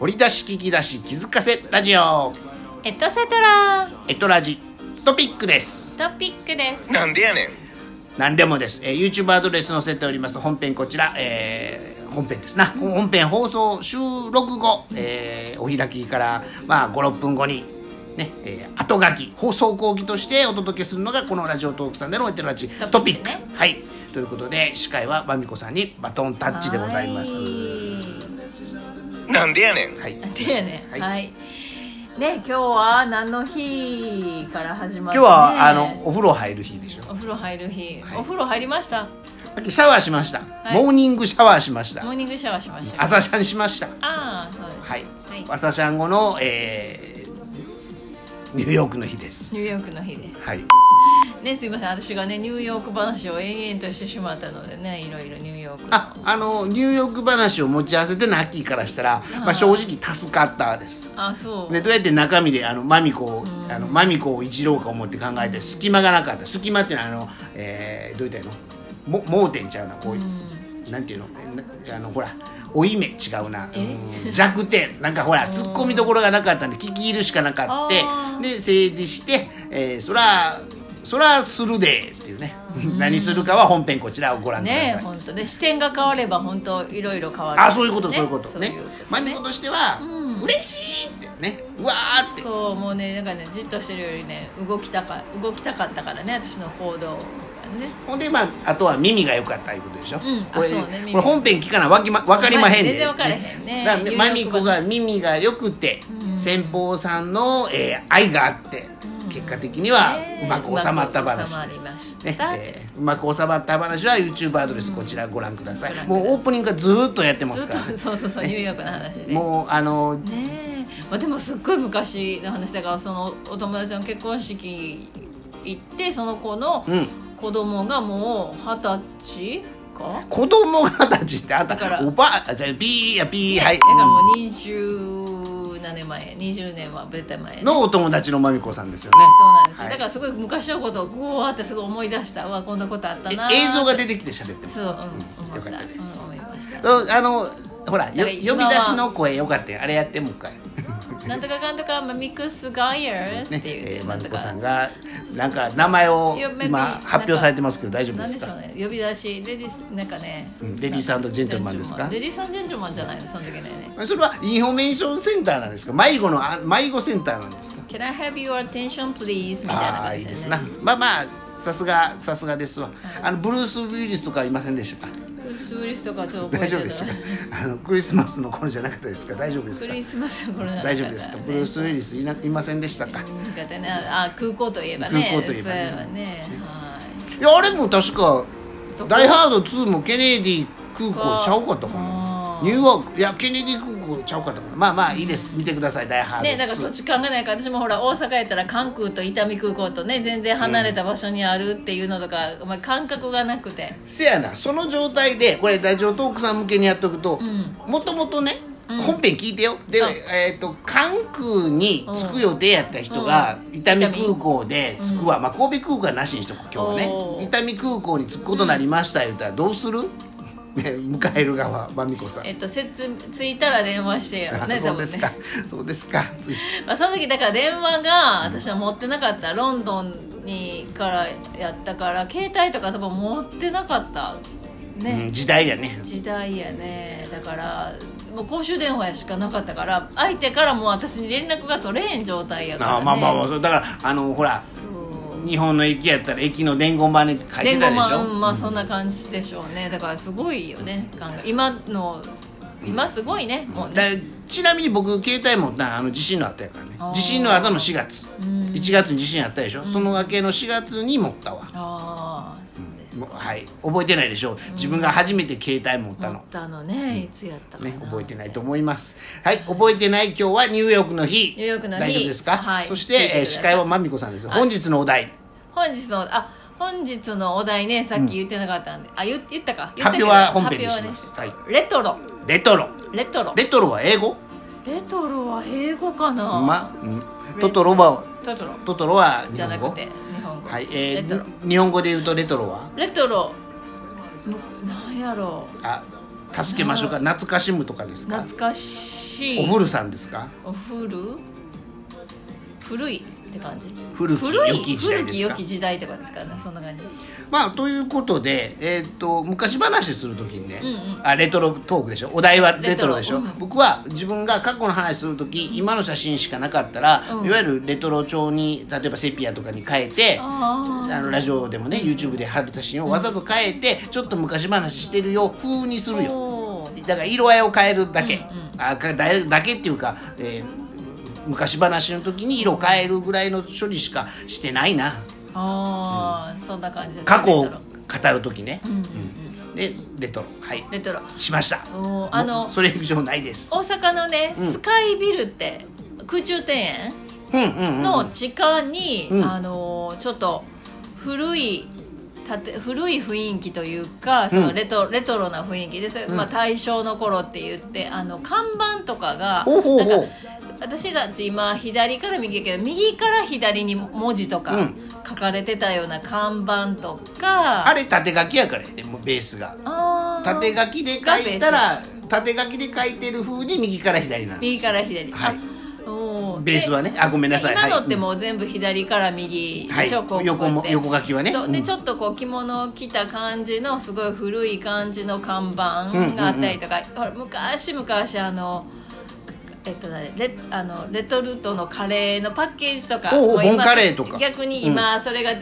掘り出し聞き出し気づかせラジオエトセトラエトラジトピックですトピックですなんでやねん何でもです、えー、YouTube アドレス載せております本編こちら、えー本編ですな本編放送収録後、えーお開きから、まあ、56分後に、ねえー後書き放送後期としてお届けするのがこのラジオトークさんでのエトラジトトピピッッククねはいということで司会はまみこさんにバトンタッチでございますはなんでやねんはいいでねははいい、ね今日は何の日から始ま今る、日ね、は、あのお風呂入る日でしょお風呂入る日、はいお風呂入りましたさっきシャワーしました、いモーニングシャワーしましたモーニングシャワーしました朝シャンしましたああそうですはい、はい朝シャン後の、えーニューヨークの日ですニューヨークの日ですはいねすいません私がねニューヨーク話を延々としてしまったのでねいろいろニューヨークのああのニューヨーク話を持ち合わせてナッキーからしたら、まあ、正直助かったですあそう、でどうやって中身であのマミコをあのマミコをいじろうか思って考えて隙間がなかった隙間ってのはあの、えーどう言ったらいいのも盲点ちゃうなこういう、なんていうのえなあのほら負い目違うな、うん弱点なんかほら突っ込みどころがなかったんで聞き入るしかなかってあーで整理して、えーそらそらするでっていうね 何するかは本編こちらをご覧ください、ね本当で視点が変われば本当いろいろ変わるあそういうこと、そういうこそとういねうことマミコとしては、うん嬉しいってねうわーってそうもうねなんかねじっとしてるよりね動きたか動きたかったからね私の行動がねほんでまああとは耳が良かったいうことでしょ、んあこれそうね耳これ本編聞かなわき、ま、分かりまへんで、ほんまに全然分からへんねだからニューヨークまみこが話耳が良くて、うん先方さんの、えー愛があって、うん結果的にはねうまく収まった話うまでく収すまりましねた、えーうまく収まった話は YouTube アドレスこちらご覧ください、うんもうオープニングがずーっとやってまずすっからとそうそうそうニューヨークの話でねもうあのえ、まあ、でもすっごい昔の話だからそのお友達の結婚式行ってその子のうん子供がもう二十歳か子供が二十歳ってあんだからたおばあじゃあピーやピー、ねはいだからもう20何年前20年はぶれた前ねのお友達のまみこさんですよねそうなんですよ、はいだからすごい昔のことをこうあってすごい思い出したうわこんなことあったなえ映像が出出てきて喋ってますそう、ううん、ん思よっかたったですうん、思いましたうんあのほらよだから今呼はび出しの声よかったよあれやってもう一 回なんとかかんとかマミクスガイアーっねていう、えーなまんみとこかさんがなんか名前をいや maybe 今発表されてますけど大丈夫なでんすでしょうかね呼び出しレディスなんかねうんレディースジェントルマンですかレディサンジェントルマンじゃないのその時のねそれはインフォメーションセンターなんですか迷子のあ迷子センターなんですか Can I have your attention please? みたいなああ感ーいじいで,、ね、ですなまあまあさすがさすがですわあのブルース・ウィリスとかいませんでしたかクリス・ウィリスとかちょっと覚大え丈夫て ですかたあのクリスマスの頃じゃなかったですか大丈夫ですクかリスマスの頃なんだ大丈夫ですかブルース・ウィリスいないませんでしたかなんかねあ空港といえばね空港といえばねそうやわねはいいやあれも確かど「こダイ・ハード2」もケネディ空港ちゃうかったかなあーニューヨークいやケネディ空港ちゃうかったかなまあまあいいです見てください「ダイ・ハード2」ね、だからそっち考えないから私もほら大阪やったら関空と伊丹空港とね全然離れた場所にあるっていうのとか、まあ、感覚がなくてせやなその状態でこれラジオトークさん向けにやっとくとんもともとね、うん本編聞いてよで、あえー、と関空に着く予定やった人が伊丹空港で着くわ、まあ、神戸空港はなしにしとこう今日はおねー伊丹空港に着くことになりました言うたらどうする、 ね、迎える側まみこさんえっと説着いたら電話してやろあうねそうですかね、そうですかついまあ、その時だから電話が私は持ってなかったロンドンにからやったから携帯とか多分持ってなかったうねん、時代やね時代やねだからもう公衆電話しかなかったから相手からもう私に連絡が取れへん状態やから、ね、あまあまあまあそうだからあのほらそう日本の駅やったら駅の伝言板に書いてたでしょ、うんまあそんな感じでしょうねだからすごいよね考え今の今すごいね、もうだねからちなみに僕携帯持ったのはあの地震の後やからねあー地震の後の4月ん1月に地震あったでしょ、その明けの4月に持ったわああそうですもうかはい覚えてないでしょ自分が初めて携帯持った思っの、たのねいつやったかな、ね、覚えてないと思いますはい覚えてない今日はニューヨークの日ニューヨークの日大丈夫ですか、はいそし聞いててくえーださい司会はまみこさんですはい本日のお題本日のあ本日のお題ねさっき言ってなかったんで、あ言言ったか言った発表けどは本編に発し表まはねす、はい、レトロレトロレトロレトロは英語レトロは英語かな、ま、うん、トトロはレトロトトロは日じゃな本語くて日本語、はい、えレトロー、に日本語で言うとレトロはレトロなんやろうあ助けましょうか懐かしむとかですか懐かしいおふるさんですかおふる古いって感じ古き古良きい時代で古すかき良き時代とかですからねそんな感じまあということで、えー、と昔話する時にね、うんうんあレトロトークでしょお題はレトロでしょ、レトロうん僕は自分が過去の話する時今の写真しかなかったら、うんいわゆるレトロ調に例えばセピアとかに変えてあーあのラジオでもね YouTube で貼る写真をわざと変えて、ちょっと昔話してるよう風にするよおーだから色合いを変えるだけ、うんうんあかだだけっていうか、えー昔話の時に色変えるぐらいの処理しかしてないなあー、そんな感じですね過去をレトロ語る時ね、うんうんうんでレトロはいレトロしましたおーあのもうそれ以上ないです大阪のね、うんスカイビルって空中庭園うんうんうんの地下に、うんあのーちょっと古い建て古い雰囲気というかそのレト,、レトロな雰囲気でそれ、うんまあ、大正の頃って言ってあの看板とかがほうほうほうなんか私たち今左から右やけど右から左に文字とうかん書かれてたような看板とか、あれ縦書きやからやでもうベースがあー縦書きで書いたら縦書きで書いてる風に右から左なんで右から左はいあおベースはねあごめんなさい今のはいってもう全部左から右すでしょ、こう横もこうやって横書きはねそううでんちょっとこう着物を着た感じのすごい古い感じの看板うんうんうんがあったりとか、ほら昔昔あのえっとねレあのレトルトのカレーのパッケージとかおうおうもう今ボンカレーとか逆に今それが、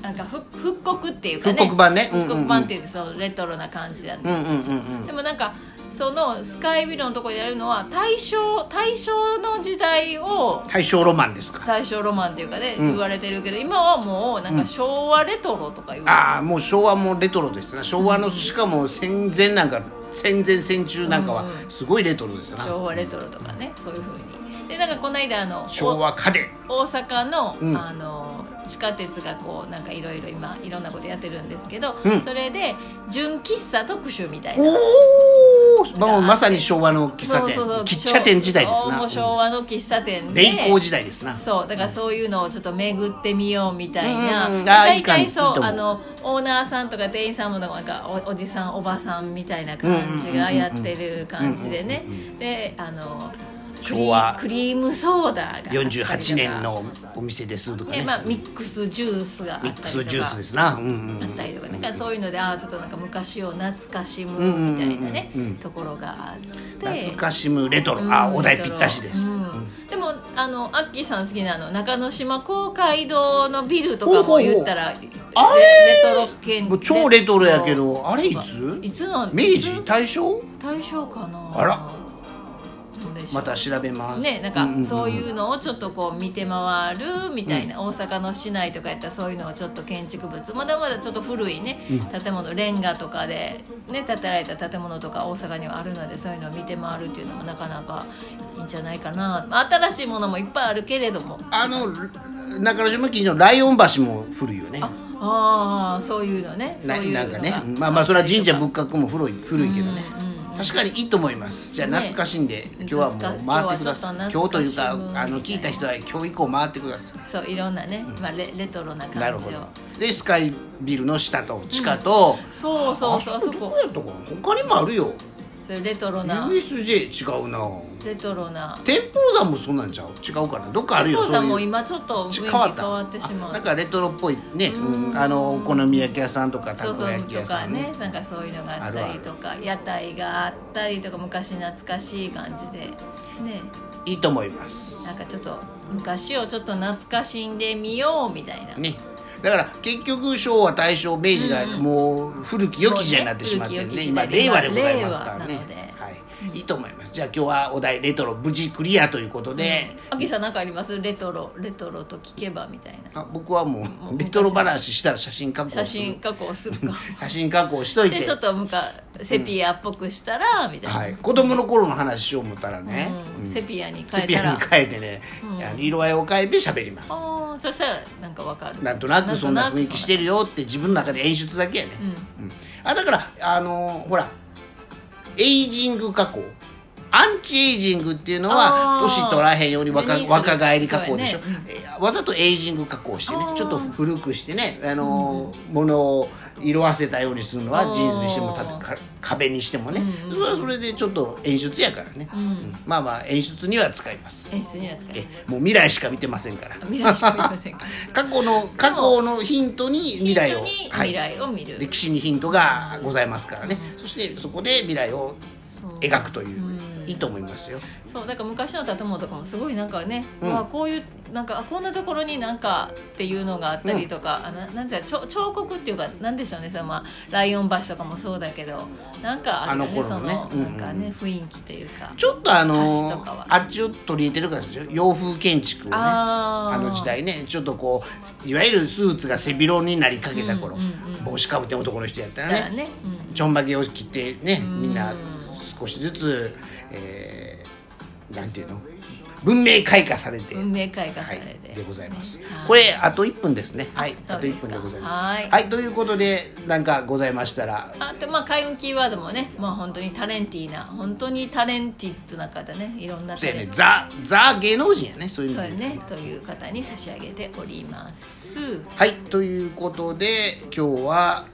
なんかふ復刻っていうかね復刻版ねうんうんうん復刻版って言ってそうレトロな感じやね、うんうんうんでもなんかそのスカイビルのところでやるのは大正大正の時代をうん大正ロマンですか大正ロマンっていうかね、うん言われてるけど今はもうなんか昭和レトロとか言わああもう昭和もレトロですな昭和のしかも戦前なんか戦前戦中なんかはうんすごいレトロですれなて、昭和レトロとかねそういうふうにでなんかこの間あの昭和家電お大阪の,、うんあの地下鉄がこうなんかいろいろ今いろんなことやってるんですけど、うんそれで純喫茶特集みたいなおお、まあ、まさに昭和の喫茶店そうそうそう喫茶店時代ですそうもう昭な和の喫茶店で霊光時代ですなそうだからそういうのをちょっと巡ってみようみたいな、うんうんうんあーい大い感じ体そういいと思うあのオーナーさんとか店員さんもなんかおおじさんおばさんみたいな感じがやってる感じでね、うんうんであのクリ昭和クリームソーダがあったりとか48年のお店ですとかで、ね、まあ、ミックスジュースがあったミりッとクかスジュースですな、うんうんうん、あったりとかなんかそういうのでああちょっとなんか昔を懐かしむみたいなね、うんうんうんうんところがあって懐かしむレトロ、うんあお題ぴったしです、うんうんでもあのアッキーさん好きなあの中之島公会堂のビルとかも言ったらレほうあれレトロ圏もう超レトロやけどあれいついつなん明い治つ大正大正かなあらどうでしょうまた調べますねなんかそういうのをちょっとこう見て回るみたいな、大阪の市内とかやったらそういうのをちょっと建築物まだまだちょっと古いね、建物レンガとかでね建てられた建物とか大阪にはあるのでそういうのを見て回るっていうのもなかなかいいんじゃないかな新しいものもいっぱいあるけれどもあの中之島近所のライオン橋も古いよねああそういうのねそうないうのなんかねがまあまあそれは神社あったりとか仏閣も古い古いけどね、うんうんうん確かにいいと思いますじゃあね懐かしんで、今日はもう回ってください今日今日はちょっとと懐かしむいうかあの聞いた人は今日以降回ってくださそういろんなね、まあ、レレトロないなる感ほじをどでスカイビルの下と地下と、そうそうそうああそこそどここやったかな他にもあるよそういうレトロな USJ 違うなレトロな天保山もそんなんちゃう違うかなどっかあるよお父さんそもういう今ちょっと雰囲ち気変変わったわってしまあうなんかレトロっぽいね、うんあのお好み焼き屋さんとかたそうこそう焼きと屋さかんねねなんかそういうのがあったりとか屋台があったりとか昔懐かしい感じでねいいと思いますなんかちょっと昔をちょっと懐かしんでみようみたいな、ねだから結局昭和大正明治がうんうんもう古き良き時代になってしまってるね,、もうね古き今良き令時代和でございますからね令和なのではい、いいと思いますじゃあ今日はお題レトロ無事クリアということで、あきさんなんかありますレトロレトロと聞けばみたいなあ僕はももうう昔レトロ話したら写真加工する写真加工するか写真加工しといてでちょっとむかセピアっぽくしたらみたいな、はい、子供の頃の話しよう思ったらね、ううんんセピアに変セえピたアらに変えてね、うんあの色合いを変えて喋りますあーそしたらなんかわかるなんとなくそんな雰囲気してるよって自分の中で演出だけやね、うんうんあだからあのーほらエイジング加工あアンチエイジングっていうのはあー年取らへんより若目にする若返り加工でしょ、そうやえわざとエイジング加工してねあーちょっと古くしてねあのー、ものを色あせたようにするのはジーンズにしてもたあーか壁にしてもね、うんうんそれはそれでちょっと演出やからね、うんうんまあまあ演出には使います演出には使いえますもう未来しか見てませんから未来しか見ません か過去の過去のヒントに未来をヒントにはい未来を見る、歴史にヒントがございますからね、そしてそこで未来をそう描くという、うんいいと思いますよそうだから昔の建物とかもすごいなんかね、うんわあこういうなんかあこんなところになんかっていうのがあったりとか、あななんていうか彫彫刻っていうかなんでしょうねそのまあライオン橋とかもそうだけどなんかあるよねあの頃のねそのなんかね、うんうん雰囲気というかちょっとあ橋のとかはあっちを取り入れてるからですよ洋風建築をねあーあの時代ねちょっとこういわゆるスーツが背広になりかけた頃、うんうんうん帽子かぶって男の人やったらだからねね、うんちょんまげを切ってねんみんな少しずつ、えーなんていうの文明開化されて運命開花さはれいて、、でございますはい。これあと1分ですね。はい、ああそとうです1分でかございます。ははいい、ということでなんかございましたら、あとまあ開運キーワードもね、まあ、本当にタレンティーな本当にタレンティッドな方ねいろんなそタうやレンねト、ザザ芸能人やねそういう意そう味やで。ねという方に差し上げておりますはい、ということで今日は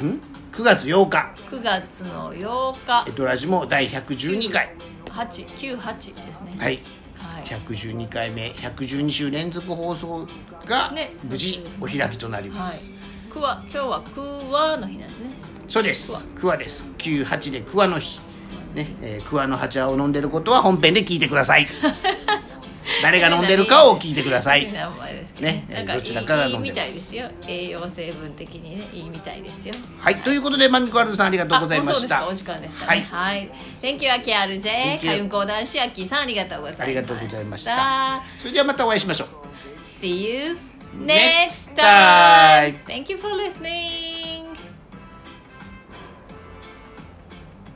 ん9月8日9月の8日エトラジも第112回。 898ですねはい。はい112回目112週連続放送がね無事お開きとなりまはいす、くわ今日はくわの日なんですねそうです桑です98で桑の日ね、えー、桑の鉢を飲んでることは本編で聞いてくださ い誰が飲んでるかを聞いてくださ い名前ですけどねねなんかいどいちらかがいい飲んでますみたいですよ栄養成分的にねいいみたいですよはいということでマミコワルドさんありがとうございまあもうそしうですかたお時間ですかねはい、Thank you アキアル J Thank you 開運講談師アッキーさんありがとうございましたありがとうございましたそれではまたお会いしましょう See you Next next time time. Thank you for listening